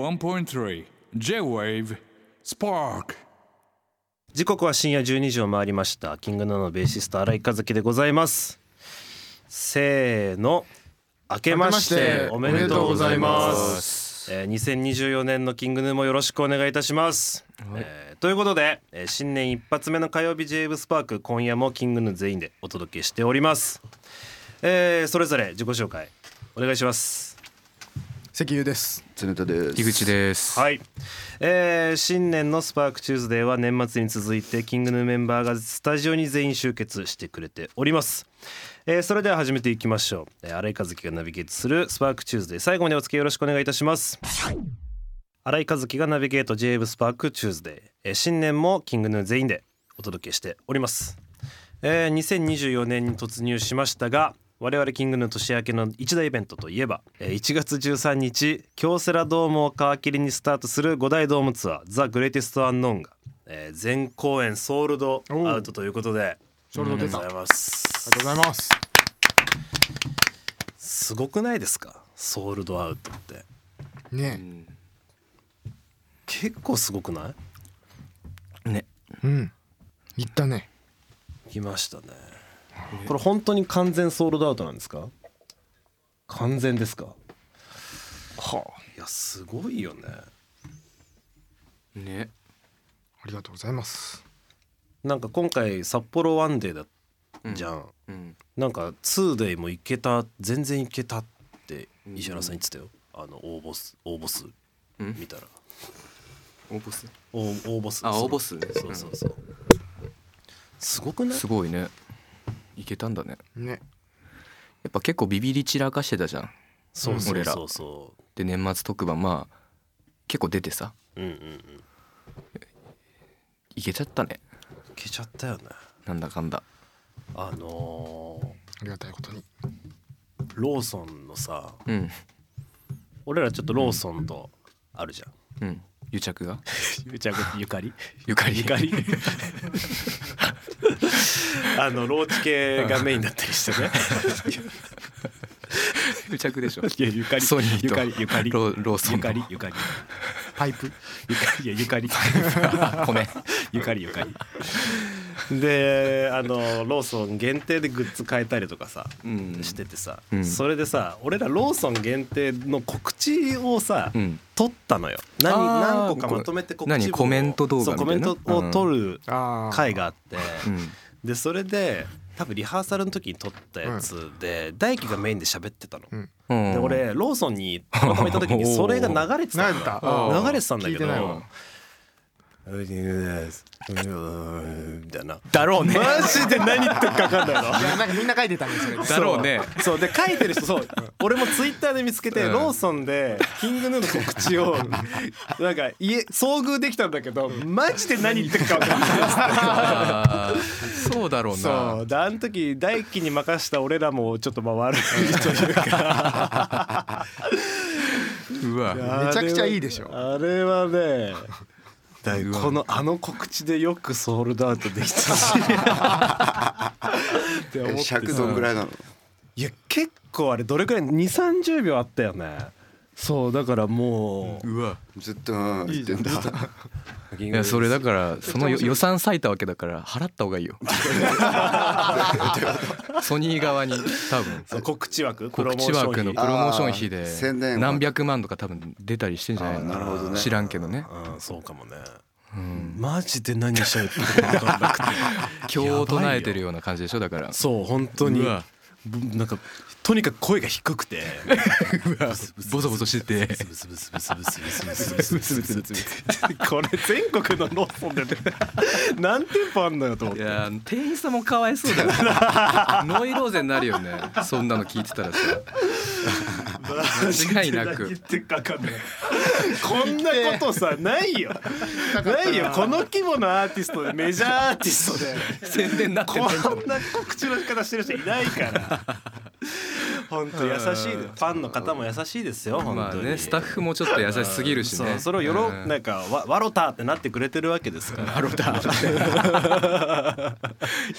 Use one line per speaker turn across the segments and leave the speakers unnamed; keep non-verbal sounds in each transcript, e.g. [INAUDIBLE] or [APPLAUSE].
81.3 J-Wave
[LAUGHS]
Spark
時刻は深夜12時を回りましたキングヌーのベーシスト荒井和樹でございますせーの明けまし
明けま
て
して
おめでとうございま
おめでとうございます
えー2024年のキングヌーもよろしくお願いいたします、えーということで、えー新年一発目の火曜日 j ェーブスパーク今夜もキングヌー全員でお届けしております、えーそれぞれ自己紹介お願いします
石油です。
常田です。
井口です。
はい、えー新年のスパークチューズデーは年末に続いてキングヌーメンバーがスタジオに全員集結してくれております、えーそれでは始めていきましょう、えー、新井和樹がナビゲートするスパークチューズデー最後までお付き合いよろしくお願いいたします新井和樹がナビゲート j ェーブスパークチューズデー、えー新年もキングヌー全員でお届けしておりますえー、2024年に突入しましたが我々キングの年明けの一大イベントといえばえー1月13日京セラドームを皮切りにスタートする5大ドームツアー「ザ・グレイテスト・アンノーンが」えー全公演ソールドアウトということで
ソールド出た
あ
あ
り
り
がと
が
うございま
と
す
うございます。
すごくないですかソールドアウトって
ね。
結構すごくない
ね。
うん。行ったね。
来ましたねこれ本当に完全ソールドアウトなんですか完全ですか
はあ。
いやすごいよね
ね。
ありがとうございます。
なんか今回札幌ワンデーだったじゃん、
うん。
なんか2デイも行けた全然行けたって石原さん言ってたよ、あの応募数応募数
うん
見たら、
応募す。
お応募数
あ
そう
応募数ね
そうそうそう、すごくない
すごいね。いけたんだね。
ね。
やっぱ結構ビビり散らかしてたじゃん。
そうそう
俺ら
そうそ
で年末特番まあ結構出てさ、
ううんうんうん
いけちゃったね。
行けちゃったよね
なんだかんだ。
あの
ありがたいことに。
ーローソンのさ
うん。
俺らちょっとローソンとあるじゃん、
うん。癒着が。
ゆちゃくゆかり
ゆか [LAUGHS] り。
ゆかりあのローチ系がメインだったりしてね
癒着でしょ。
いやゆかり
ソニーと
ゆかりゆかり
ローローソ
ゆ
ンの
かりゆかり
パイプ。
ゆかりいやゆ [LAUGHS] かり
あごめん。
ゆかりゆかりであのローソン限定でグッズ買えたりとかさ、
うん
しててさ、
うん
それでさ俺らローソン限定の告知をさ、
うん
取ったのよ何
あー
何個かまとめて告知文を
何コメント動画
そう
みた
コ
いな
メントを取る
ああ。
回があって、
うん。
でそれで多分リハーサルの時に撮ったやつで、大輝がメインで喋ってたの。
うん。
うん
で。俺ローソンにたまたま行った時にそれが流れてたのよ
流れてた
流れてたんだけ
聞いてない
ど
わ
「ウイニングですうーんみたいなだろうねマジで何言ってるか分かんないの
いやなんかみんな書いてたんですよ。
だろうね。
そうで書いてる人そう俺もツイッターで見つけて、
うん
ローソンでキングヌーの告知をなんか家遭遇できたんだけどマジで何言ってるか分かんない
あーそうだろう
そ
な。
うであの時大輝に任した俺らもちょっとまあ悪いというか
うわ。
めちゃくちゃいいでしょ
あれはねだいう
わ
このあの告知でよくソールドアウトできた [LAUGHS] しって思ってさ
尺どんぐらいなの。
いや結構あれどれくらい2三3 0秒あったよねそうだからもう、
うわ。
ずっとうん言ってんだ。
いやそれだからそのよ予算割いたわけだから払った方がいいよソニー側に多分
そう告知枠プロ
告
モー
知
ション
枠
費
のプロモーション費
あー宣
で
伝
何百万とか多分出たりしてんじゃないの
あーなるほどね
知らんけどね
うんそうかもね、マジで何しゃべってるか分かん [LAUGHS] なくて
今日唱え
や
てる
ばいよ
ような感じでしょだから
そう本当に
うわ
ぶなんかとにかく声が低くて
ボソボソしてて
ブスブスブスブスブスブスブスブスブスブス [LAUGHS] これ全国のローソンでね何店舗あんのよと思っ
い
て
やー店員さんもかわいそうだよねノイローゼになるよねそんなの聞いてたらさ間違いな
[LAUGHS]
く
言ってかかんないこんなことさないよないよこの規模のアーティストでメジャーアーティストで
宣伝になって
こ
ない
んな告知の仕方してる人いないから本当優しいでファンの方も優しいですよ本
まあ
当に、
ねスタッフもちょっと優しすぎるし
そ
ね
うそれをよろ、
うん
なんかわわろたってなってくれてるわけです
[LAUGHS]
から
ハロタ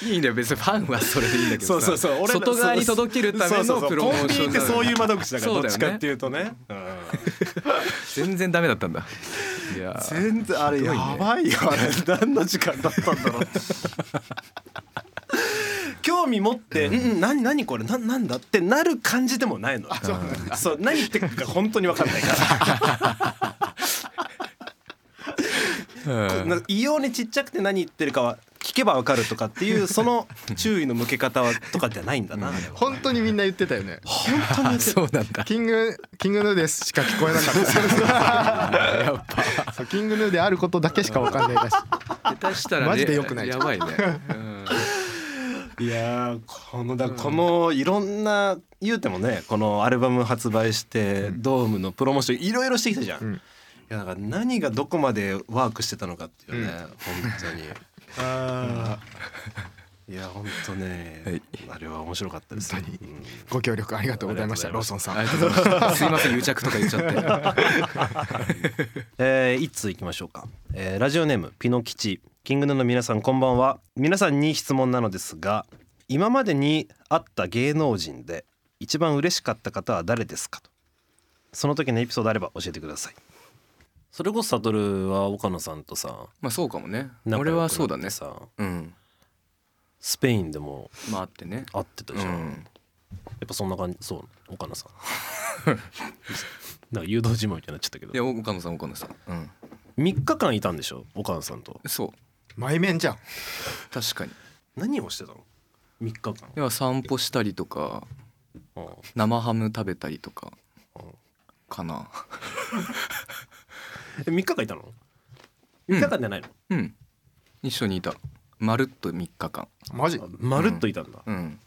いいんだよ別にファンはそれでいいんだけど
[LAUGHS]
さ
そうそうそう俺ら
外側に届けるため
そう
の
そうそ
プ
う
ロモーション
コンビニってそういう窓口だから
そう
ど
だよね
っちかっていうとね、うん
全然ダメだったんだいやー
全然あれやばいよあれ
何の時間だったんだろう [LAUGHS] 興味持って「うんうん何何これななんだ?」ってなる感じでもないのうんそう何言ってるか本当に分かんないからこうな異様にちっちゃくて何言ってるかは聞けば分かるとかっていうその注意の向け方はとかじゃないんだな、あれは
[LAUGHS] 本当にみんな言ってたよね
本当に
そうなんだ
[LAUGHS] キングキングヌーですしか聞こえなか [LAUGHS] ったそうキングヌーであることだけしかわかんないらしい
下手したらね
マジで良くない
やばいね、うん
[LAUGHS] いやーこのだ、このいろんな言うてもねこのアルバム発売して、ドームのプロモーションいろいろしてきたじゃん、いやだから何がどこまでワークしてたのかっていうね、本当にあいや本当ね、
はい
あれは面白かったですうん
ご協力ありがとうございましたローソンさ
あ
ん
りがとうございますすいません癒着とか言っちゃって
えー、一通いきましょうか、えーラジオネームピノ吉キングヌーの皆さんこんばんは皆さんに質問なのですが今までに会った芸能人で一番嬉しかった方は誰ですかとその時のエピソードあれば教えてくださいそれこそ悟は岡野さんとさ
まあそうかもね
仲
俺
良くな
は
って
そうだね
さ
うん
スペインでも
まああってね
会ってた
う
じゃん、や
ん
っぱそんな感じそう岡野さん
[LAUGHS]
なんか誘導尋問みたいになっちゃったけど
いや岡野さん岡野さんうん
3日間いたんでしょ岡野さんと
そう
前面じゃん
確かに
何をしてたの3日間
いや散歩したりとか
うん
生ハム食べたりとかかな
え3日間いたの3日間じゃないの、
うん一緒にいたまるっと3日間
マジ
まるっといたんだ、
うん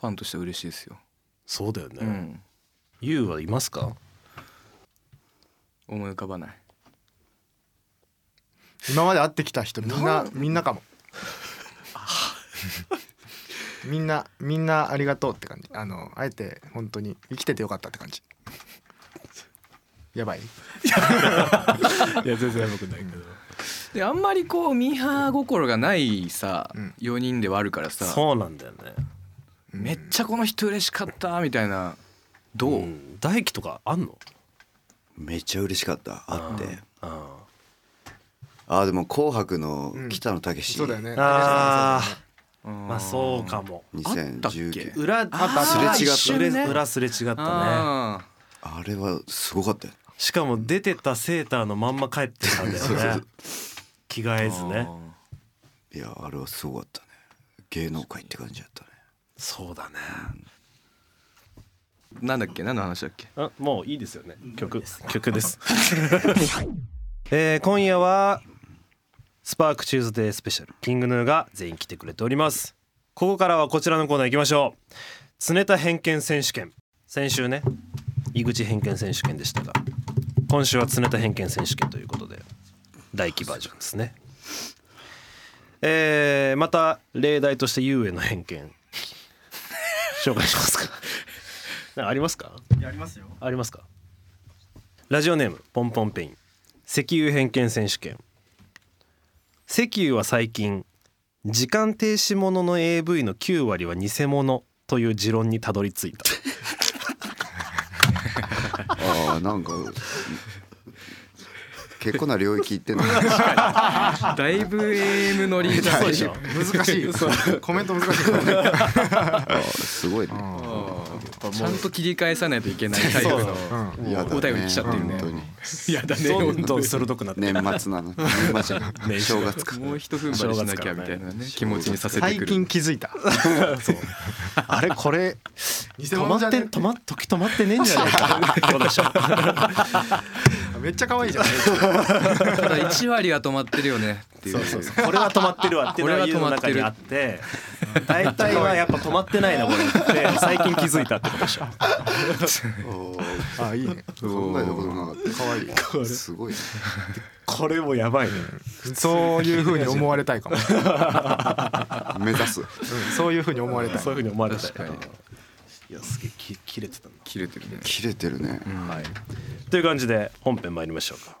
ファンとしては嬉しいですよ
そうだよね、
うん
ユウはいますか
思い浮かばない
今まで会ってきた人みん
な
なみんな
[LAUGHS]
かもみんなみんなありがとうって感じあのあえて本当に生きててよかったって感じやばい
いや全然やばくないけど
であんまりこうミーハー心がないさ、
うん
4人ではあるからさ
そうなんだよね
めっちゃこの人嬉しかったみたいなどう、
ん大輝とかあんの
めっちゃ嬉しかったあって
あ
あーでも「紅白」の
うん
北野武
そうだよね
あ
うん
まあそうかも
あったっけ
2019
裏あった
あすれ違った
一瞬ね裏すれ違ったね
あ
あれはすごかったよ
しかも出てたセーターのまんま帰ってたんだよね着替え
ー
ずね
いやあれはすごかったね芸能界って感じだったね
そうだね
あーなんだっけ何の話だっけ
あもういいですよね曲曲です [LAUGHS] えー今夜はスパークチューズデースペシャルキングヌーが全員来てくれておりますここからはこちらのコーナー行きましょう常田偏見選手権先週ね井口偏見選手権でしたが今週は常田偏見選手権ということで大輝バージョンですねえーまた例題として優への偏 [LAUGHS] 見紹介しますかなんかありますかありますかラジオネームポンポンペイン石油偏見選手権石油は最近時間停止ものの AV の9割は偽物という持論にたどり着い [LAUGHS] た
ああなんか結構な領域行ってん [LAUGHS] の
[LAUGHS] だいぶ AM のリ [LAUGHS] ーダーでしょ
[LAUGHS]
難しい
[LAUGHS]
コメント難しい
すごいね
ちゃんと切り返さないといけないタイプの
いやだね
お便り来ちゃってるね
本当に
いやだね
どんどん鋭くなって
年末なの年末じゃない正月か
もう一踏ん張りしなきゃみたいなね気持ちにさせて
最
く
近
る
気
[LAUGHS]
づいた
あれこれ
偽
止ま
物じ
っ
ゃ
て
ね
止まっ時止まってねえんじゃないかどうでしょ [LAUGHS] う
めっちゃ可愛いじゃん
ただ1割は止まってるよねっていう
これは止まってるわっていうのが家の中にあって大体はやっぱ止まってないなこれって最近気づいたってことでしょ
おー
あいいね
考えたことなかった可愛いすごいね
[LAUGHS] これもやばいね
そういう風に思われたいかも、うん
目指す
そういう風に思われたい
そういうふうに思われた
確かに
いやすげえき切れてたな
切れてるね
切れてるね
という感じで本編参りましょうか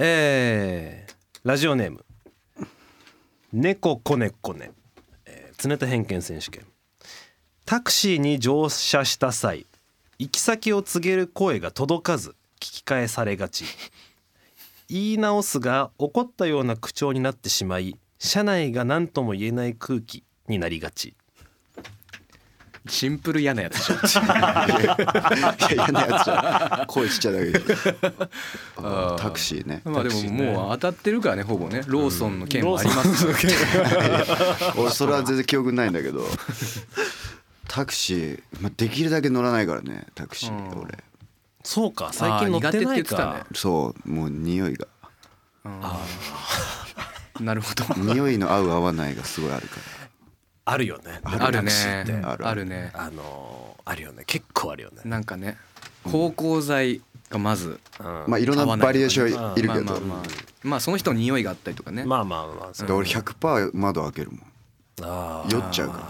えー、ラジオネーム「猫こねこね」えー「常田偏見選手権」タクシーに乗車した際行き先を告げる声が届かず聞き返されがち言い直すが怒ったような口調になってしまい社内が何とも言えない空気になりがち
シンプル嫌なやつでしょ
いや嫌なやつじゃん声ちっちゃいだけであータクシーね
まあでももう当たってるからねほぼねローソンの件もありますから
俺それは全然記憶ないんだけどタクシー、まあ、できるだけ乗らないからねタクシー、
うん
俺
そうか最近乗ってないか
そうもう匂いが
なるほど
匂いの合う合わないがすごいあるか
あるよね
あるね
ある
あるね
あのーあるよね結構あるよね
なんかね芳香剤がまず
らまあいろんなバリエーションはいるけど、
まあまあまあまあその人の匂いがあったりとかね
まあまあまあそう
で俺100%窓開けるもん
あー
酔っちゃうから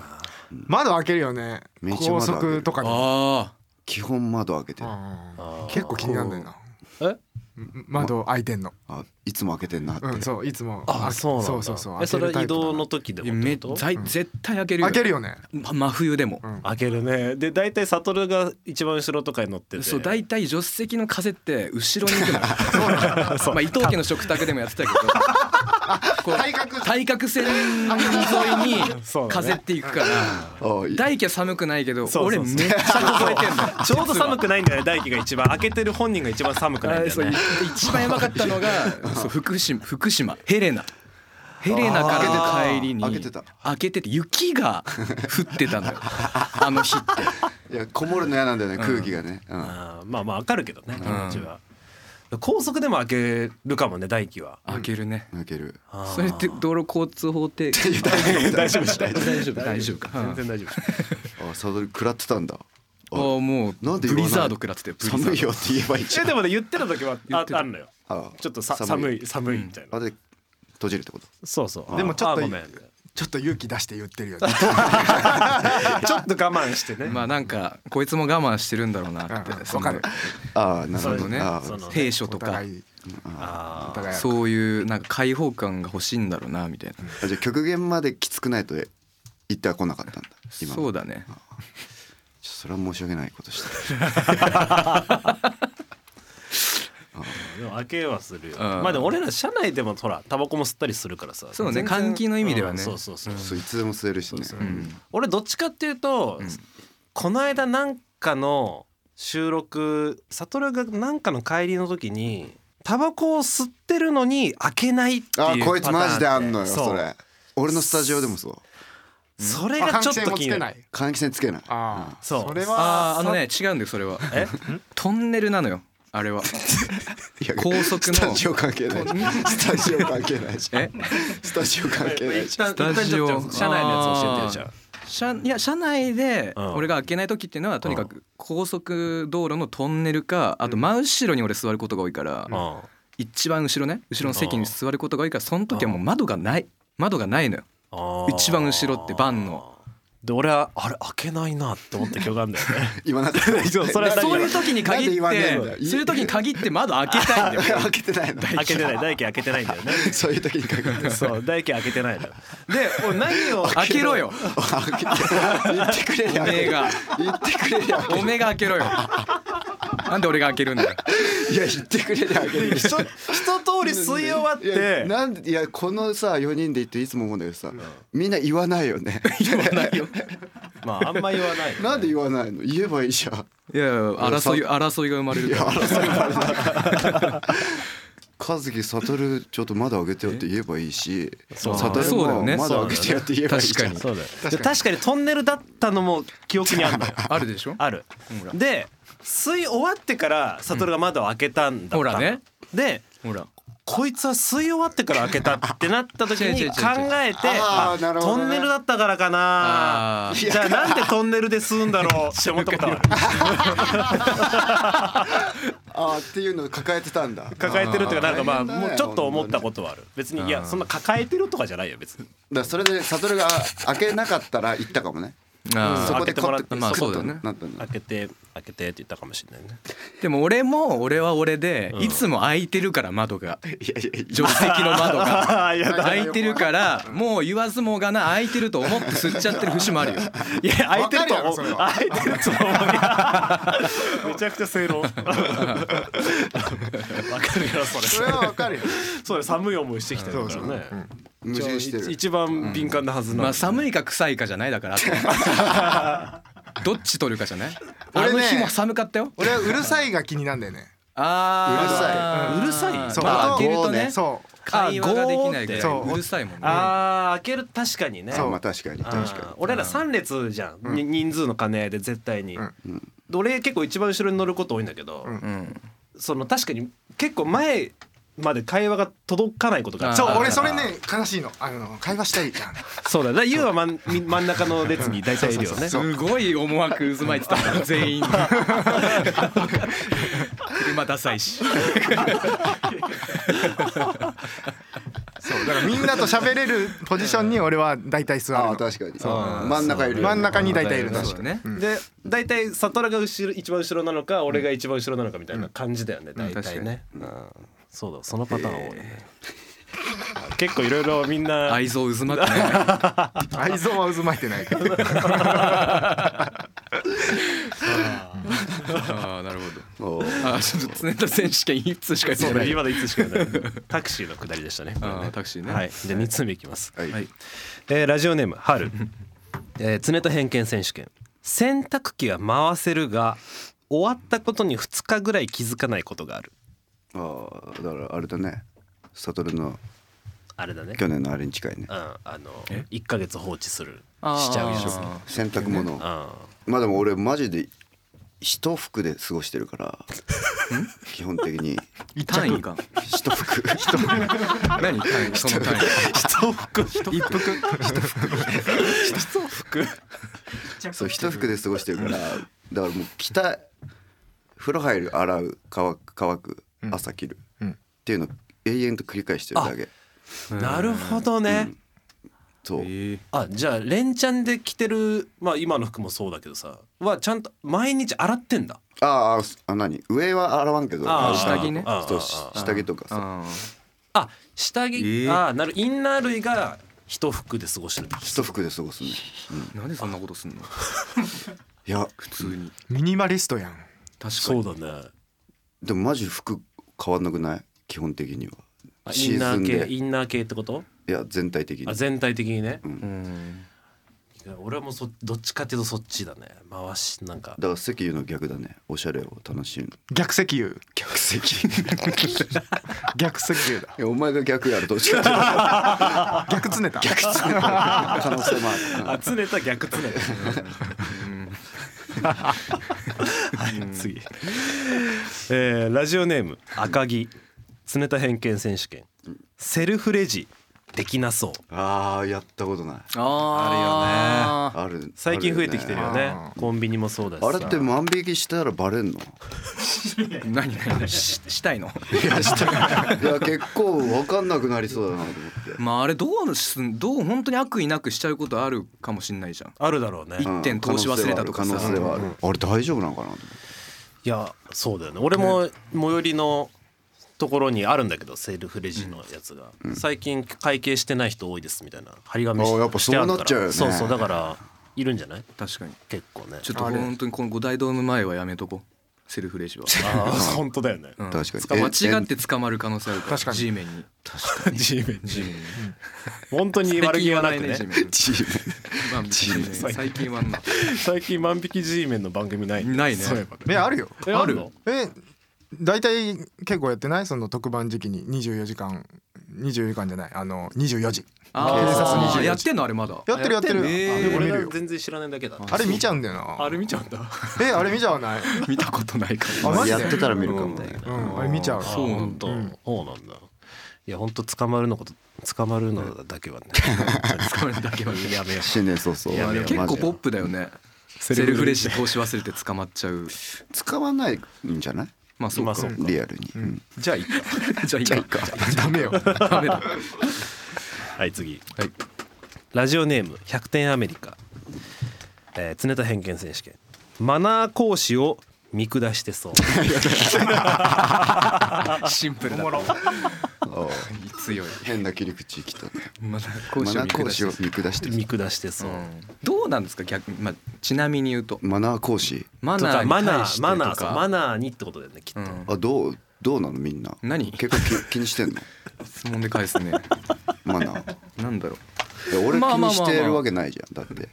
窓開けるよね
めっちゃ
高
窓開ける
速とかで
あ
基本窓開けてる
うん
あー
結構気になるんだよな
え
うん窓開いてんの
あいつも開けてんなって、
うんそういつも
あ
開け
そうなんだ
そうそうそう
えそれは移
開けるタイプ
動の時で
あ
も
め
ってこと
ざい絶対開けるよ
開けるよね
ま真冬でも
うん
開けるねで大体サトルが一番後ろとかに乗ってて
そう大体助手席の風って後ろに
[LAUGHS]
行くのまあ伊藤家の食卓でもやってたけどこう
体格
対角線沿いに
そうだね
風っていくから
あい
大輝寒くないけど
そう
俺
そうそう
めっちゃ覚えてん
[LAUGHS]
の
ちょうど寒くないんだよね大輝が一番開けてる本人が一番寒くないんだよ
あ
ね
そうい一番やばかったのがそう福島福島ヘレナヘレナからの帰りに
開けてた
開けてて雪が降って
[LAUGHS]
たのよあの日って
いやこもるの嫌なんだよね、空気がね、うん
あーまあまあ明るいけどね気持ちは高速でも開けるかもね大輝は
開けるね
開ける
それって道路交通法って
[LAUGHS] 大丈夫です
大丈夫大丈夫か
全然大丈夫です
あサドル食らってたんだ
あーもう
なんで
ブ
言わない
リザード食らってたよブリザード
寒いよって言えばいいじゃ
え
ん
でもね言ってた時は
言
あ
ってた
あんのよ
あ
ちょっとさ
寒
寒
い
い寒いみたいな
あで閉じるってこと
そうそう
でもちょっ
あー
と
ごめん
ちょっと勇気出して言ってるよね
ちょっと我慢してね
まあなんかこいつも我慢してるんだろうなっ
うんうん
てその
わかる
ああなるほ
そ
ど
うね
ねあー
その
兵所
お
とか
互いお
あー
互い
そういうなんか開放感が欲しいんだろうなみたいな
あじゃあ極限まできつくないと行っては来なかったんだ今
そうだね
ちょそれは申し訳ないことした
でも開けはするよ、
ん
まあでも俺ら社内でもほらタバコも吸ったりするからさ
そうね
全然
換気の意味ではね
うんそうそうそう、
そういつでも吸えるしね
うん
俺どっちかっていうと、
うん
この間なんかの収録悟がなんかの帰りの時にタバコを吸ってるのに開けないって
あ
いう
こいつマジであんのよ
パターン
そ
って
れ俺のスタジオでもそう
そうそれ
あ
がちょ
換
っ
気
と
扇も
気
つ
に
け
な
な
る
い
換気扇つけない
ああ
そう
それ
あ
は
ーあのね違うんだよそれは
[LAUGHS]
え
トンネルなのよあれは
[LAUGHS] いや
高速の
スタジオ関係ないスタジオ関係ないじゃん
え
スタジオ関係ない
一
じゃん
旦一旦ちょっと社内のやつ教えてよじゃあ
車いや車内で
うん
俺が開けない時っていうのはとにかく高速道路のトンネルかあと真後ろに俺座ることが多いから
うん
一番後ろね後ろの席に座ることが多いからその時はもう窓がない窓がないのよ
あー
一番後ろってバンの
で俺はあれ開けないなって思った記憶があるんだよね
言わなかったね
そうそれはだから
そういう時に限って
なんで言わねえんだよ
そういう時に限って窓開けたいん
[LAUGHS]
だよ
開けてないの
開けてない大輝開けてないんだよね
そういう時に限って
[LAUGHS] そう大輝開けてないのよで俺何を
[LAUGHS] 開けろよ
開けて言ってくれ
お
りゃ
めえが
言ってくれりゃ
おめえが開けろ
[LAUGHS]
よなんで俺が開けるんだよ
いや言ってくれりゃ開ける
一通り吸い終わっ
い
[LAUGHS]
や
て
なんでいやこのさ4人で行っていつも思うんだけどさ、みんな言わない
[LAUGHS]
よね
まああんま言わないよね
なんで言わないの言えばいいじゃん
いやいや争い争いが生まれる
いや
から
争いもあるな和樹悟ちょっと窓開けてよって言えばいいし
そう
悟
そうだよ
も
ね
窓開けてよって言えばいいじゃん
確
そうだよで確かにトンネルだったのも記憶にあるのよ
あるでしょ
[LAUGHS] ある
ほら
で吸い終わってから悟が窓を開けたんだった
ほらね
で
ほら
こいつは吸い終わってから開けたってなった時 [LAUGHS]
違う違う違
に
う違う
考えて
あー
あ
なるほど
ト
ね
ンネルだったからかな
あー
じゃあなんでトンネルで吸うんだろうって思ったことある
あーっていうのを抱えてたんだ
抱えてるっていうかなんかまあ
大変だね
もうちょっと思ったことはある別にいやそんな抱えてるとかじゃないよ別に
だからそれで悟が開けなかったら行ったかもね
あ
そ
ー
こでカッて
まあそうだよね
なったんだ
開けて開けてって言ったかもしれないね
でも俺も俺は俺で、いつも開いてるから窓が
いやいやい
助手席の窓
[LAUGHS]
が
ああや
開いてるからもう言わずもがな開いてると思って吸っちゃってる節もあるよ
いや開いてると
わ
思
か
う
るやろそれは
開いてると思ういやめちゃくちゃ正論わかるよそれ
それはわ
[LAUGHS]
かるよ
そうだよ寒い思いしてきてるからね
や矛盾して
一
る
一番敏感なはずな
ま
の
あ寒いか臭いかじゃないだからあとどっち取るかじゃない
俺
あの
ね
日も寒かったよ
俺はうるさいが気になんだよね
あー
う
るさい、うるさ
そ
い、
う
ま
あ
あ、
と
開けるとね
そう
会話ができないぐ
そ
ら
う
いうるさいもんね
あー開ける確かにね
あまあ確かに確
あ
か
ー俺ら3列じゃん、に人数の兼ね合いで絶対に、
うん
で俺結構一番後ろに乗ること多いんだけど、
うん
うん
その確かに結構前まで会話が届かないことがある
そう
あー
俺それね悲しいのあの会話したいじゃん
[LAUGHS] そうだね優は真んみ真ん中の列 [LAUGHS] に大体いるよね
すごい思惑渦巻いてたから全員車ダサい
そ
し
うだからみんなと喋れるポジションに俺は大体座る
あ
の
あ確かに
う
真ん中いるよ
真ん中に大体いる
そう
確
だ
かに
ね
で大体悟らが後ろ一番後ろなのか俺が一番後ろなのかみたいな感じだよね大体ね、うんそうだそのパターン多いね結構いろいろみんな
愛憎渦巻くね
愛憎は渦巻いてないけど
ああなるほ
おう
どあーちょっと常田選手権いつしかやって
そう
な
だ
い
今のいつしかないタクシーの下りでしたねこれね
あータクシーね
はいじゃあ2つ目いきます
はい
はい
えーラジオネーム春、えー、常と偏見選手権洗濯機は回せるが終わったことに2日ぐらい気づかないことがある
ああだからあれだねサトルの
あれだね
去年のあれに近いね
うんあの1ヶ月放置する
あー
しちゃうやつ
あ
洗濯物を
うん
まあでも俺マジで一服で過ごしてるから基本的に
ー単位か
一服
何単位その単位
一服
一服
そう一服で過ごしてるからだからもう着たい風呂入る洗う乾く乾く朝着る
うん
っていうのを永遠と繰り返してるだけ
なるほどね、
そう
え
あじゃあ連チャンで着てるまあ今の服もそうだけどさはちゃんと毎日洗ってんだ
あーあーあ何上は洗わんけど
あー
下着ね
あー
そう
あ
し
ーあー
下着とかさ
あ
あ下着、
えー
あーなるインナー類が一服で過ごしてる
一服で過ごすね
ーなんでそんなことすんの
いや
普通に
ミニマリストやん
確か
そ
に
うだね
でもマジ服変わんなくない基本的には
あイ
シ
ンナ
ーズン
ー系
で
インナー系ってこと
いや全体的に
あ全体的にね、
うん
いや俺はもうそどっちかっていうとそっちだね回しなん
[LAUGHS]
か
だから席言うの逆だねおしゃれを楽しむ
逆石油
逆席い
逆石油だ
やお前が逆やるどっち [LAUGHS] かっていうと
逆つねた逆
可能性もある
集めた逆つね [LAUGHS] はい次、えーラジオネーム赤木常田偏見選手権セルフレジできなそう
あーやったことない
あ
ある
最近増えてきてるよね
あるよね
コンビニもそうだし
あ
さ
れって万引きしたらバレんの
あれよね何何何ししたいの
いや結構分かんなくなりそうだなと思って
[LAUGHS] まああれどうすんどう本当に悪意なくしちゃうことあるかもしんないじゃん
あるだろうね
一 [LAUGHS] 点投資忘れたとかさ
可能性はあるあれ大丈夫なのかなと思って
いやそうだよね俺も最寄りのところにあるんだけどセルフレジのやつが、最近会計してない人多いですみたいな張り紙し
あーやっぱ
してあるから
そうなっちゃうよね
そうそうだからいるんじゃない
確かに
結構ね
ちょっと本当にこの五大ドーム前はやめとこうセルフレジは、
あー本当だよね、
うん
確かに
捕ま間違って捕まる可能性あるから
確かに
G メンに
[LAUGHS] G メン
G メンに
本当に悪気はなくね
最近言わないね [LAUGHS] G メンまあ G メ
最
ン
近
最近はな
最近万引き G メンの番組ない
ないね
そういえばね
えあるよ
えあるの
え大体結構やってないその特番時期に24時間24時間じゃないあの24時
あ
警察24
あやってんのあれまだ
やってるやってる
え
あ
ー
俺
俺
見る
ら
よ
全然知らないだけだ
あれ見ちゃうんだよ
あ
な
れ見ちゃうんだ
えあれ見ちゃわない
見たことないか
あ
ら
マジで
やってたら見るかもね
うんあれ見ちゃう
そう
う
本当、そうなんだいや本当捕まるのこと捕まるのだけはね
[LAUGHS] 捕まるだけは
[LAUGHS]
ね
やめよ
新年早々
やめよう
結構ポッ
マ
プだよねセルフレジ投資忘れて捕まっちゃう
ジで使わないんじゃない
まあそう
ま
か
あそう
リアルに、うん
じゃあいいか [LAUGHS] じゃあいいか
ダメよ
ダメだ
はい次
はい
ラジオネーム100点アメリカ、えー常田偏見選手権マナー講師を見下して
[LAUGHS]
そう
シンプルだった
おう
強 [LAUGHS] い
変な切り口きたね
マナ
マナ
ー
ー
講
講師
師を
を見下して
見下してそう、
どうなんですか逆に、まあ、ちなみに言うと
マナー講師
マ
と
ナー
か
に
マナ
対して
ー
と
マナー
か
そうマナーにってことだよねきっと、
うん
あどうどうなのみんな
何
結構き気にしてんの
質問で返すね
マナー
なん [LAUGHS] だろう
いや俺気
まあまあまあまあ
にしてるわけないじゃんだって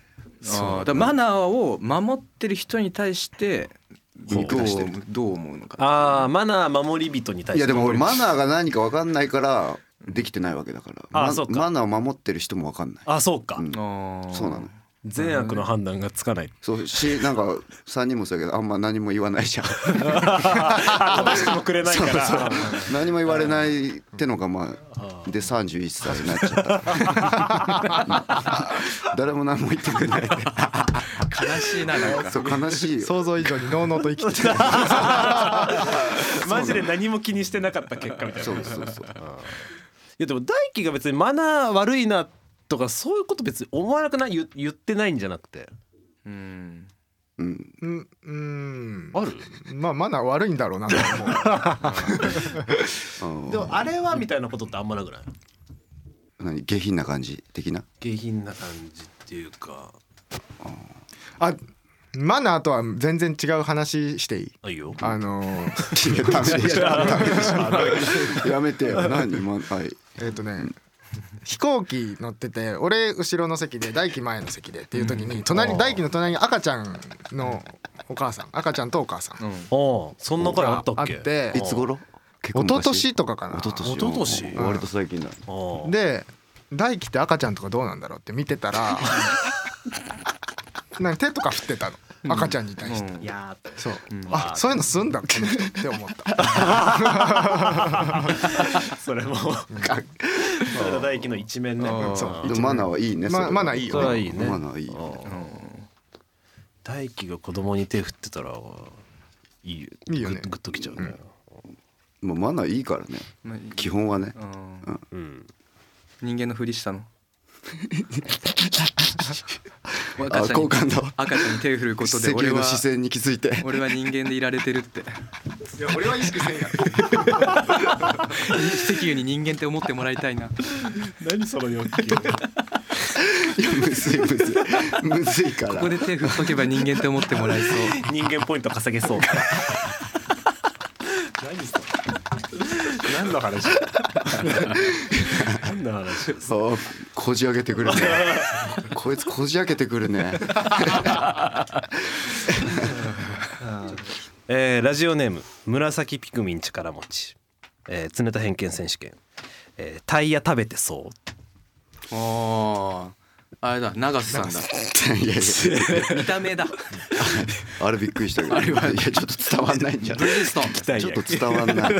あーだからマナーを守ってる人に対してどう
見下してる
どう思うのか
ああマナー守り人に対して
いやでも俺マナーが何か分かんないからできてないわけだから
あ
ま
そうか
マナーを守ってる人も分かんない
あそうか、
うんそうなのよ
善悪の判断がつかない
そうしなんか3人もそうだけどあんま何も言わないじゃん
話してもくれない
[LAUGHS]
から
何も言われないってのがまあで31歳になっちゃった誰も何も言ってくれない
悲しいななんか
そう悲しいよ
想像以上にのうのうと生きてる
マジで何も気にしてなかった結果みたいない
そうそうそう
やでも大輝が別にマナー悪いなとかそういうこと別に思わなくない言言ってないんじゃなくて
うん
うん
うんうん
ある
まあマナー悪いんだろうなと思う
あの
でもあれはみたいなことってあんまなくない
何下品な感じ的な
下品な感じっていうか
あマナーとは全然違う話していい
あいいよ
あ [LAUGHS] のー
やめてよ何まはい
えっとね飛行機乗ってて俺後ろの席で大輝前の席でっていう時に隣大輝の隣に赤ちゃんのお母さん赤ちゃんとお母さん
おうそんな回あったっけ
あって
いつ頃結構
一昨
昔
年とかかな
一昨年
一昨年
うん割と最近だ
おう
で大輝って赤ちゃんとかどうなんだろうって見てた [LAUGHS] らなんか手とか振ってたの赤ちゃんに対して、
いやー
そう、あそういうのすんだこの人って思った
それもそれが大輝の一面ね
そう
でもマナーはいいね
ま
それは
マナーいいよねそれはい
いね
マナーいいよね
大輝が子供に手振ってたらいいよ
いいよね
グッグッときちゃうね
まあマナーいいからね
まあいい
基本はね
うん
うん
人間のふりしたの
あ
赤ちゃん
好
に
感度
赤ちゃんに手を振ることで
奇
俺
跡
は
の視線に気づいて
俺は人間でいられてるって
いや俺は意識せんや
奇跡に人間って思ってもらいたいな
何その欲求
いや [LAUGHS] むずいむずいむずいから
ここで手振っとけば人間って思ってもらえそう
人間ポイント稼げそう何それ何の話何の話
あこじ開けてくるねこいつこじ開けてくるね
えーラジオネーム紫ピクミン力持ち、えー、常田偏見選手権、えータイヤ食べてそう
あああれだ永瀬さんだ
いやいや
[LAUGHS] 見た目だ
あれびっくりしたけどいやちょっと伝わんないんじゃ
ブ
ない
リヂストン
タイ
ち
ヤ
ょっと伝わんない、ち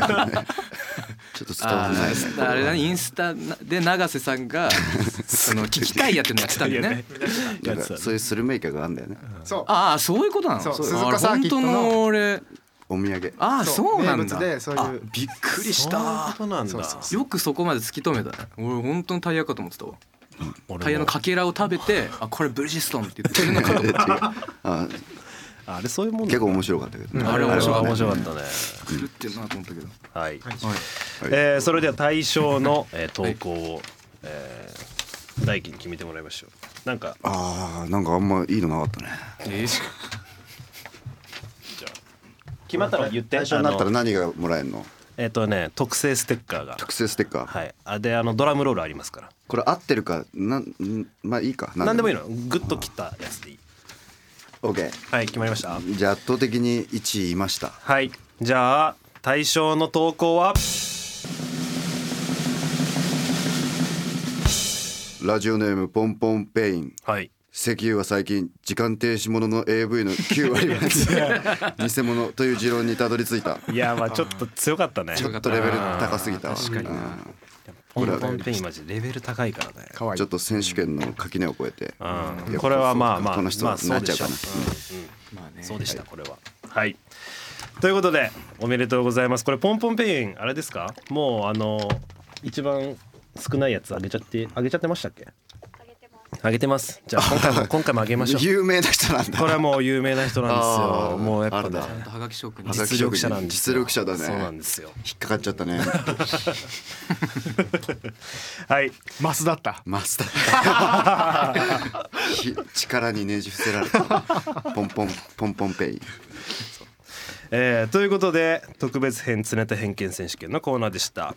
ょっと伝わんないね
あーあれだねインスタで永瀬さんがその聞きたいやっていうのやってた
[LAUGHS]
んだよね
なんかそういうスルメイカがあんだよね
そう
ああそういうことなの
そう
あー
鈴鹿サーキットの
本当の俺
お土産
ああそうなん
名
だ
物でそういう
びっくりし
そういう
た
ことなんだ
そうそう
よくそこまで突き止めたね俺本当にタイヤかと思ってたわ
俺も
タイヤのかけらを食べてあこれブリヂストンって言ってるのかと思っ
違うあ
あれそういうもんだ
結構面白かったけど、ね
あれ面白かった
面白かったね
た狂ってるなと思ったけど
はい、えーそれでは対象の、えー投稿を、えー、大輝に決めてもらいましょうなんか
あーなんかあんまいいのなかったね
えー
決まったら言って
最初になった
あ
ら
の
何がもらえるの
えっ、とね特製ステッカーが
特製ステッカー、
はいあであのドラムロールありますから
これ合ってるかなんんまあいいか
何でもいいのグッと切ったやつでいい
OK
はい決まりました
じゃあ圧倒的に1位いました
はいじゃあ対象の投稿は
ラジオネームポンポンペイン
はい
石油は最近時間停止ものの AV の9割 [LAUGHS] は偽物という持論にたどり着いた
いやまあちょっと強かったね
ちょっとレベル高すぎたわ確かに
ポンポンペインマジレベル高いからね
可愛い
ちょっと選手権の垣根を越えて
うん
いや
これはまあまあ
この人
ま
は
あそうでしょう
なっちゃう
うんそうでしたこれははいということでおめでとうございますこれポンポンペインあれですかもうあの一番少ないやつあげちゃってあげちゃってましたっけ
あげてます。
あげてますじゃあ今
[LAUGHS]
回も今回もあげましょう
有名な人なんだ
これはもう有名な人なんです
あ
よ
ー
もうやっぱね
あれだ
ちゃんとハガキ職人
はがき
実力者なんです
実
よ
力者だね
そうなんですよ
引っかかっちゃっ
[LAUGHS]
たね
はい
マスだった
マスタ
[LAUGHS]
ーひ力にねじ伏せられたポンポンポンポンペイ
えーということで特別編常た偏見選手権のコーナーでした、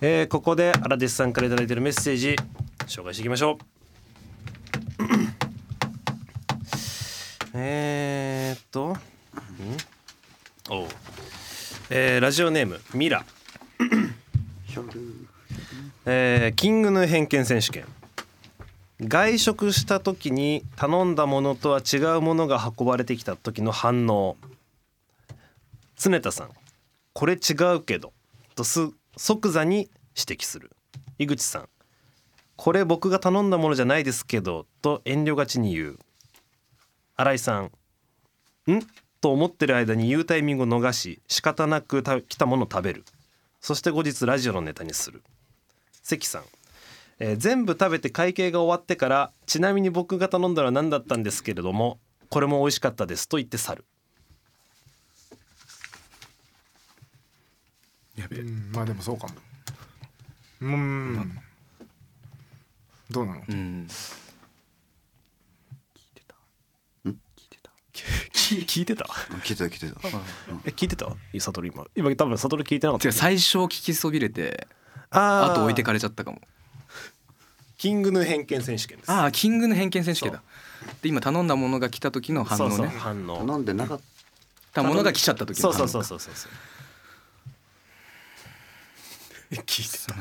えーここで荒弟子さんから頂いてるメッセージ紹介していきましょうえーっとんおうえーラジオネームミラえーキングの偏見選手権外食した時に頼んだものとは違うものが運ばれてきた時の反応常田さん「これ違うけど」とす即座に指摘する井口さん「これ僕が頼んだものじゃないですけど」と遠慮がちに言う新井さん「ん?」と思ってる間に言うタイミングを逃し仕方なくた来たものを食べるそして後日ラジオのネタにする関さんえー全部食べて会計が終わってからちなみに僕が頼んだのは何だったんですけれどもこれも美味しかったですと言って去る
うんまあでもそうかもうーんどうなの
うん
聞いてた
来てた来てた
え聞いてたサトル今今多分サトル聞いてなかった
てか最初聞きそびれて
あ
あと置いて
ら
かれちゃったかも
キングヌー偏見選手権です
ああキングの偏見選手権だで今頼んだものが来た時の反応
そう
ね
そう反応
頼んでなかっ
たものが来ちゃった時
そ
の
う
反
そ
応
うそうそうそうそう聞いてた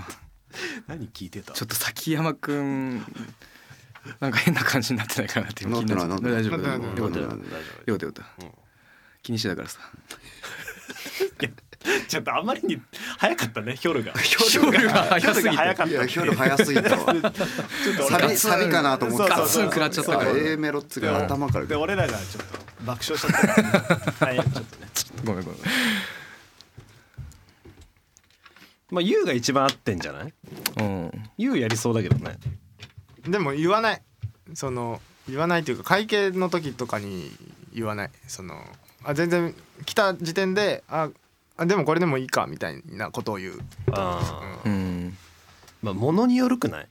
何聞いてた
[LAUGHS] ちょっと崎山くんなんか変な感じになってないかなって今
な
気に
って
な
ない
っちゃ
な
っ
っててな
大丈
い
な
夫大
ってな
丈夫
い
よかった
な
よ
っ
かった
てない
よかった気にしてたからさ
ちょっとあまりに早かったね [LAUGHS] ヒョルが
夜が早すぎて
早か
た
っ
い
た
やヒョル早すぎたわサビサビかなと思って
そう
た
そ
ガ
う
ツ
そ
ン
う
食らっちゃった
なん
か
から A メロっつうか頭から
で俺らがちょっと爆笑しちゃったから、はい、ちょっとね
ごめんごめん
まあ YOU が一番合ってんじゃない
うん、
?YOU やりそうだけどね
でも言わないその言わないというか会計の時とかに言わないそのあ全然来た時点でああでもこれでもいいかみたいなことを言う
あー
うん、
まあ物によるくない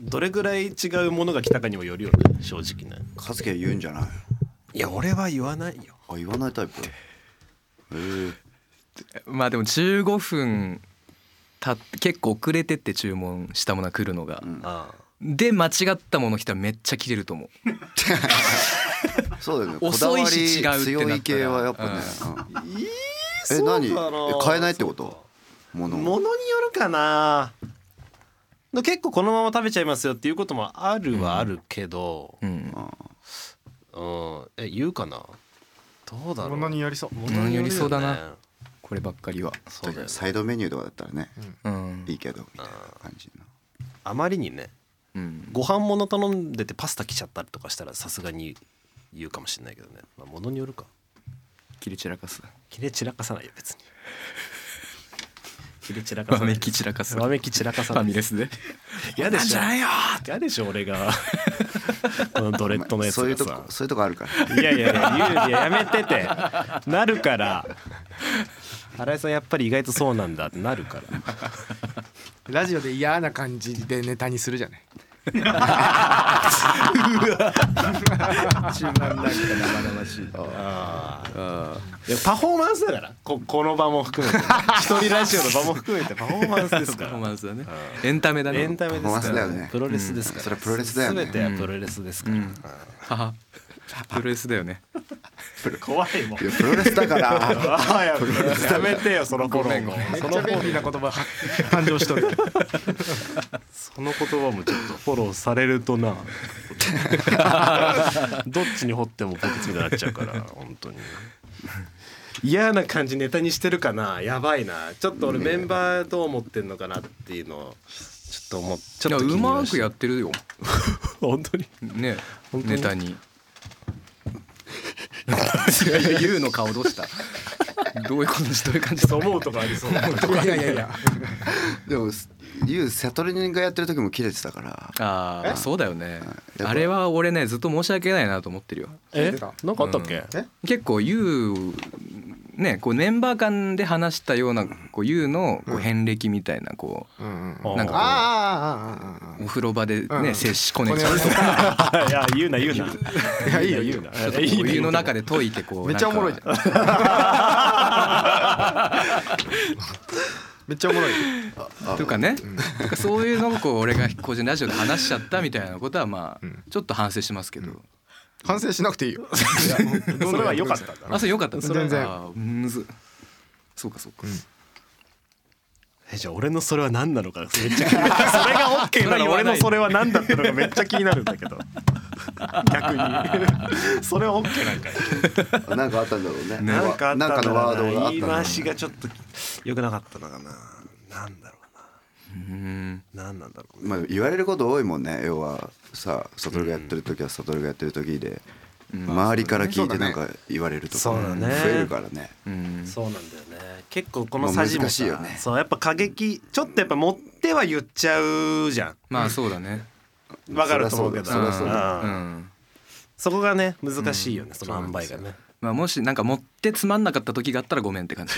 どれぐらい違うものが来たかにもよるよね正直ね
カズキは言うんじゃない
いや俺は言わないよ
あ言わないタイプえー
まあでも15分たって結構遅れてって注文したものが来るのが、
ん
あ
で間違ったもの来たらめっちゃ切れると思う
そうだよねこだ
遅
わ
い
り
し違うってなったら
強い系はやっぱねうん
ー
え何え
そうだな
変えないってこと
そう
物を
物によるかなで結構このまま食べちゃいますよっていうこともあるはあるけど
う
う
ん、
ん、え言うかなどうだろう
物によりそう
物によりそうだ
物によるよ
な
ね
こればっかりは
そうだよね
サイドメニューとかだったらね
うん
いいけどみたいな感じの
あまりにね
うん
ご飯物頼んでてパスタ来ちゃったりとかしたらさすがに言うかもしれないけどね、まあ、物によるか
切れ散らかす
切れ散らかさないよ別に切れ散らか
わ
さな
め
い
き散らかす
わめき散らかさ
ファ
ない
ミレスで
嫌でしょ
なんじゃないよ
嫌でしょ俺
[LAUGHS]
がこのドレッドのやつ
そういう
が
と
さ
こそういうとこあるから
いやいやいや言ういややめててなるから新井さんやっぱり意外とそうなんだってなるから
ラジオで嫌な感じでネタにするじゃ [LAUGHS] ない
一番なんか生々しい
いやパフォーマンスだからここの場も含めて一人ラジオの場も含めてパフォーマンスです
パ
か
フォー
ら
マンスだねエンタメだね
エンタメです
パフ
か
ォーマンスだ
ら、
よね
プロレスですから、
うんそれはプロレスだよね
全てはプロレスですから、
はプロレスだよね
怖いもん
いやプロレスだから
[LAUGHS] ああややめてよその頃
ごめん
めっちゃ便利な言葉誕生しとる
その言葉もちょっとフォローされるとな [LAUGHS] どっちに掘ってもポケツみたいになっちゃうから本当に嫌な感じネタにしてるかなやばいなちょっと俺メンバーどう思ってんのかなっていうのをちょっと思っち
い
ょ
や
っと気
う
に
ま
はし
くやってるよ
本当に
ね
本当に
[LAUGHS] ネタにいや言うの顔どうしたどういうことですどういう感じです
そ
か
う思うとかありそう
いやいやいやい [LAUGHS] や
でもゆう悟り人がやってる時も切れてたから
[LAUGHS]
ああそうだよね
え
あれは俺ねずっと申し訳ないなと思ってるよ
えなんかあったっけ、
え
結構 YOU ねこうメンバー間で話したようなこう YOU のこう遍歴みたいなこう
うんう
あ
ん
ー
なんか
あーあーあーあーあー
お風呂場で
うん
ね接しこねちゃうと
こね
[LAUGHS]
か
いや言うな言うな
いやいいよいいよ
ちょっとこうお湯の中で溶いてこ
[LAUGHS]
う
めっちゃおもろいじ
なん
ゃんめっちゃお [LAUGHS] もろい
かとかねなんかそういうのをこう俺が個人ラジオで話しちゃったみたいなことはまあちょっと反省してますけど
反省しなくていいよ
それは良かったんだな
あそれよかったそれは
全然
あーむずそうかそうか
えじゃあ俺のそれは何なの [LAUGHS] かめっちゃ気になるそれが OK なら俺のそれは何だったのかめっちゃ気になるんだ [LAUGHS] けど逆に [LAUGHS] それは OK なんかい
あなんかあったんだろうね
なんかあったんだ
なんかのワードがあった
言
ん
い
だろ
回
う
しがちょっと良くなかったのかななんだろうな何なんだろう
まあ、言われること多いもんね要はさ悟がやってる時は悟がやってる時で、周りから聞いてなんか言われるとか
そうだね
増えるからね
うん
そうなんだよね結構この
まあ
さじも
難し
さ、
いよね
そうやっぱ過激ちょっとやっぱ持っては言っちゃうじゃ
まあそうだね
んわかると思うけど
そりゃそう
だ
う
うんん
そこがね難しいよね、その塩梅がね
まあ、もしなんか持ってつまんなかった時があったらごめんっ
[LAUGHS]
て感じ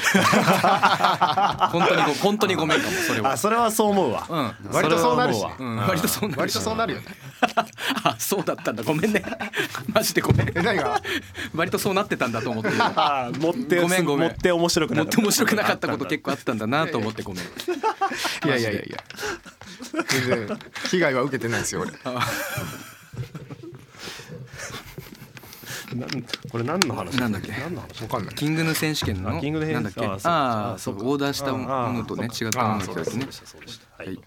本当にご本当にごめんかもそれは
あそれはそう思うわ、
う
割とそうなるし
れは思
ん、うん、割とそうなる
[LAUGHS] 割とそうなるよね
あそうだったんだごめんね [LAUGHS] マジでごめん
え何 [LAUGHS] が
割とそうなってたんだと思って
あー持って
ごめんごめん
持って面白く
持
な
っ
かってた
面白くなかったこと結構あったんだなと思ってごめん
いやいやいやいや全然被害は受けてないですよ俺
なんこれ何の話
なんだっけ
何の話
わかんない
キングヌー選手権の
あキングヌー
なんだっけ
あ
あ
そうか
あーそう
あそうか
オーダーしたものとね違ったものが来たね
はい
は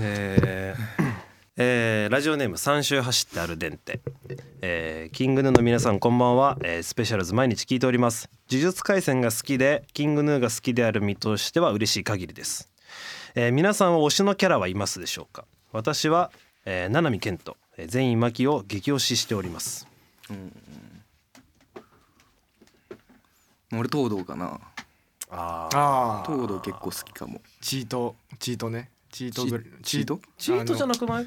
えーえーラジオネーム三周走ってアルデンテ、えーキングヌーの皆さんこんばんは、えースペシャルズ毎日聞いております呪術廻戦が好きでキングヌーが好きである身としては嬉しい限りです、えー皆さんは推しのキャラはいますでしょうか私は、えー、七海健人えー全員巻きを激推ししております
俺東堂かな
あ
ああ
東堂結構好きかも
チートチートねチートぐらい
チチート
チートじゃなくない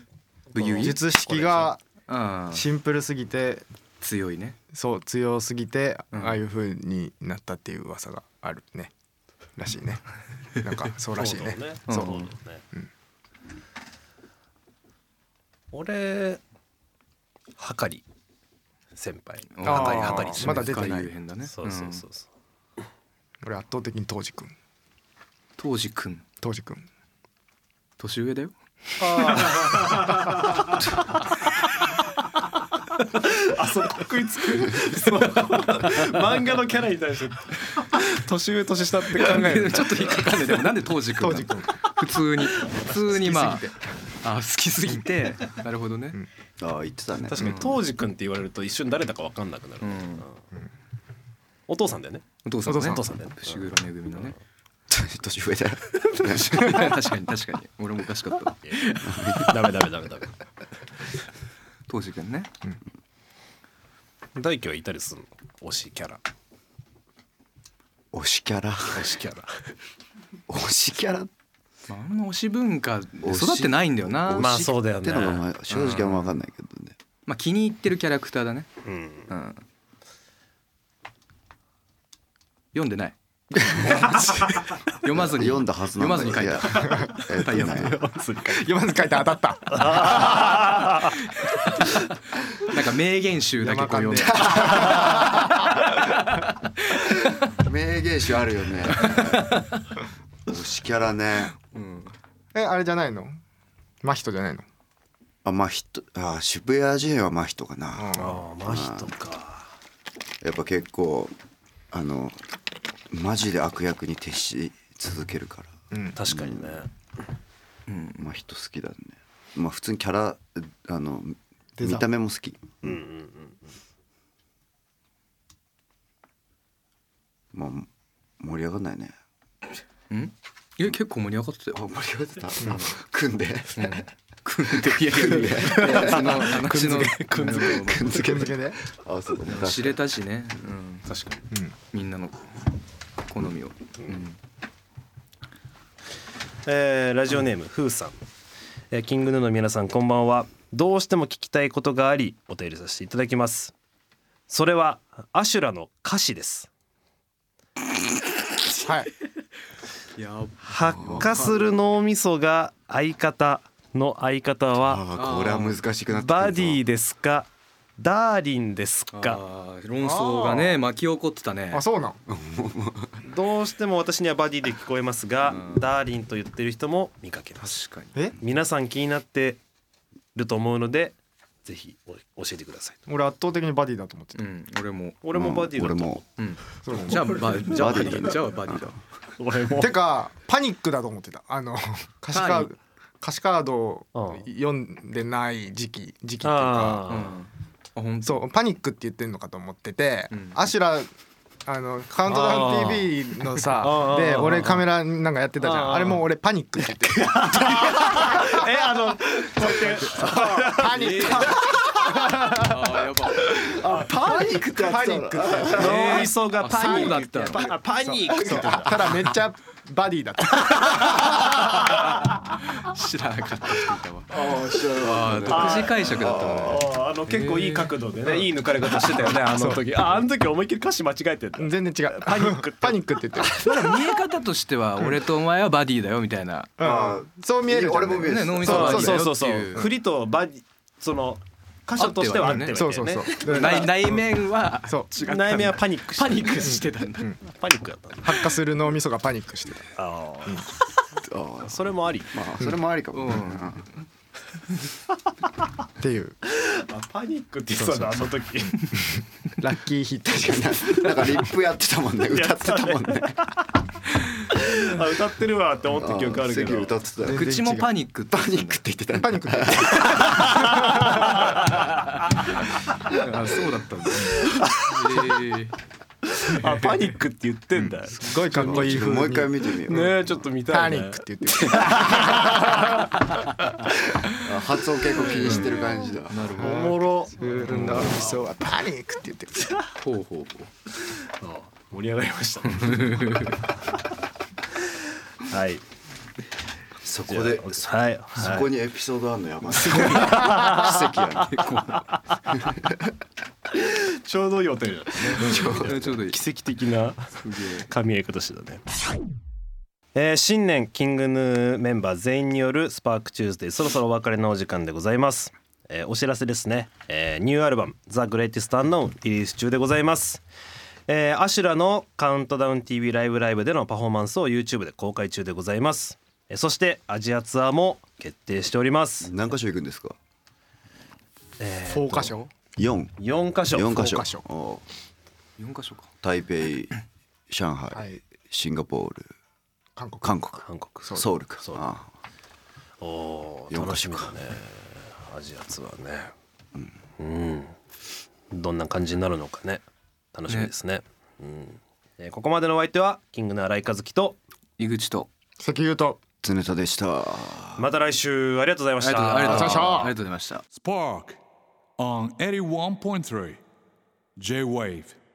武勇術
術式が
あー
シンプルすぎて
強いね
そう強すぎて
うん
ああいう風になったっていう噂があるねらしい [LAUGHS] ねなんかそうらしいね
そ
だよ
う
ね俺はかり先輩
あ
あー
はかりはかり
まだ出てない
変だね
そうそうそうそう
俺圧倒的に当時くん
当時くん
当時くん
年上だよ
あそこ食いつくそう漫画のキャラに対して年上年下って考える
ちょっと引っかかんねでもなんで当時くん
当
なの
時くん
普通に普通にまあ
好きすぎ
あ好きすぎてなるほどね
ん
ああ言ってたね
確かに当時くんって言われると一瞬誰だか分かんなくなる、
うん
お父さんだよね
お父さんね
お父さんだよね
伏黒恵みのね
年上だよ
[LAUGHS] 確かに確かに俺もおかしかったわ
ダメダメダメダメ
当時くんね
大輝はいたりするの推しキャラ
推しキャラ
推しキャラ
[LAUGHS] 推しキャラ
まああんま推し文化で育ってないんだよな
推し
まあそうだよ
っ
ね
てのがまあ正直あんま分かんないけどね
まあ気に入ってるキャラクターだね
うん
うん読んでない読まずに
読んだはずなん
読まず
だけど
に書いた
い
いっ
やえっとね
ぱい読
山津書いて当たった [LAUGHS]
なんか名言集だけこう読んで
山
名言集あるよね推しキャラね
えあれじゃないの真人じゃないの
あまあ人あ渋谷 J は真人かな、
ああ真人か
やっぱ結構あのマジで悪役に徹し続けるから
確かにね、
まあ人好きだねまあ普通にキャラあの
デザイン
見た目も好きまあ盛り上がんないね
いや結構盛り上がってたよ
あ盛り上がってた組んで
くんでいやいやいやいやそのあの口のくんづけ
くんづけ
けんづけで
合わせたもん
を知れたしね、うん、
確かに
みんなの好みを、うん、
えーラジオネームふうさん、えーキングヌーの皆さんこんばんはどうしても聞きたいことがありお便りさせていただきますそれはアシュラの歌詞です
はい
や
発火する脳みそが相方の相方は
ああこれは難しくなってくるぞ
バディですかダーリンですか
あー論争がね巻き起こってたね
あそうなん
どうしても私にはバディで聞こえますがダーリンと言ってる人も見かけます
確かに
え
皆さん気になってると思うのでぜひお教えてください
俺圧倒的にバディだと思ってた
うん俺も
俺もバディだと
俺
思
も
[LAUGHS] うん
そうなんだ
じゃあバじゃあバディだじゃあバディだ
う [LAUGHS] 俺も
てかパニックだと思ってたあの歌詞カ
パ
ー
ニッ
ド歌詞カード
ああ
を読んでない時期時期っていうか
うん
あ
あ本当
そうパニックって言ってんのかと思ってて、
うん
アシュラあのカウントダウン TV の
あ
さ
あ
で
ああ
俺カメラなんかやってたじゃ
あ
ん
あ
あれも俺パニックって言ってる
あえあのこうやって
パニック
あーやば
パニックってや
パ
つ
ニッ
だろ
クって
脳みそがパニック
あそうだった
パパニック
そうただめっちゃバディだった
知らなかった人いたわ
ああ知らない
あー独自解釈だったわね
あの結構いい角度でねいい抜かれ方してたよねあの時ああの時思いっきり歌詞間違えてた
全然違うパニックパニックって言ってる
ただ見え方としては俺とお前はバディだよみたいな
あ
うんそう見えるじゃん
俺も見える
ね脳みそ
そ
は
う
バディだ
そうそ
よ
う
って
そう
いう
振りとバディその箇所としては合ってはいた
そ
よ
うそう
ね
そう
内内面は
そう
違ったんだ
内面はパニック
パニックしてたんだ
パニックだったんだ
発火する脳みそがパニックしてた
あー
ああ
それもあり
まあそれもありかもね
うん
うん
っていう
あパニックって言ってたんだあの時
ラッキーヒット
[LAUGHS] なんかリップやってたもんね歌ってたもんね
あ歌ってるわって思った記憶あるけ
席
ど
歌ってたよ
全然違う
口もパニック
パニックって言ってたね
パニックって
あそうだったんだ、え
あパニックって言ってんだね
すごいかっこいい風に
もう一回見てみよう、
えちょっと見た
パ
い
ニ
ね
ックって言ってる
あ発音結構気にしてる感じだ、
なるほ
お
ど
もろ
脳みそはパニックって言ってる
ほうほうほう
盛り上がりました [LAUGHS] はい
そこでそ
はい
そ
は
こ
い
にエピソードあんのやばい奇 [LAUGHS] 跡やね
ちょうどいいお便りだったね
ちょうどいい
奇跡的な神合い方してたねえー新年キングヌーメンバー全員によるスパークチューズデーそろそろお別れのお時間でございます、えーお知らせですね、えーニューアルバム「ザ・グレイティスト・アンノーン」リリース中でございますえーアシュラのカウントダウン TV ライブライブでのパフォーマンスを YouTube で公開中でございます、えーそしてアジアツアーも決定しております
何箇所行くんですか
4箇所
四
4カ所
四箇所
四箇所
お
四箇所か
台北上海、
はい
シンガポール
韓国
韓国
韓国
ソウルか
ソウル
あ
おー
四
楽
か
し
所
み
か
だねアジアツアーねうん、どんな感じになるのかね楽しみですねうんえーここまでのお相手はキングの新井和樹と
井口と
石油と
常田でした
また来週ありがとうございました
ありがとうございまし
ありがとうございました
たありがとうございまし
Spark
た
on 81.3 J-Wave.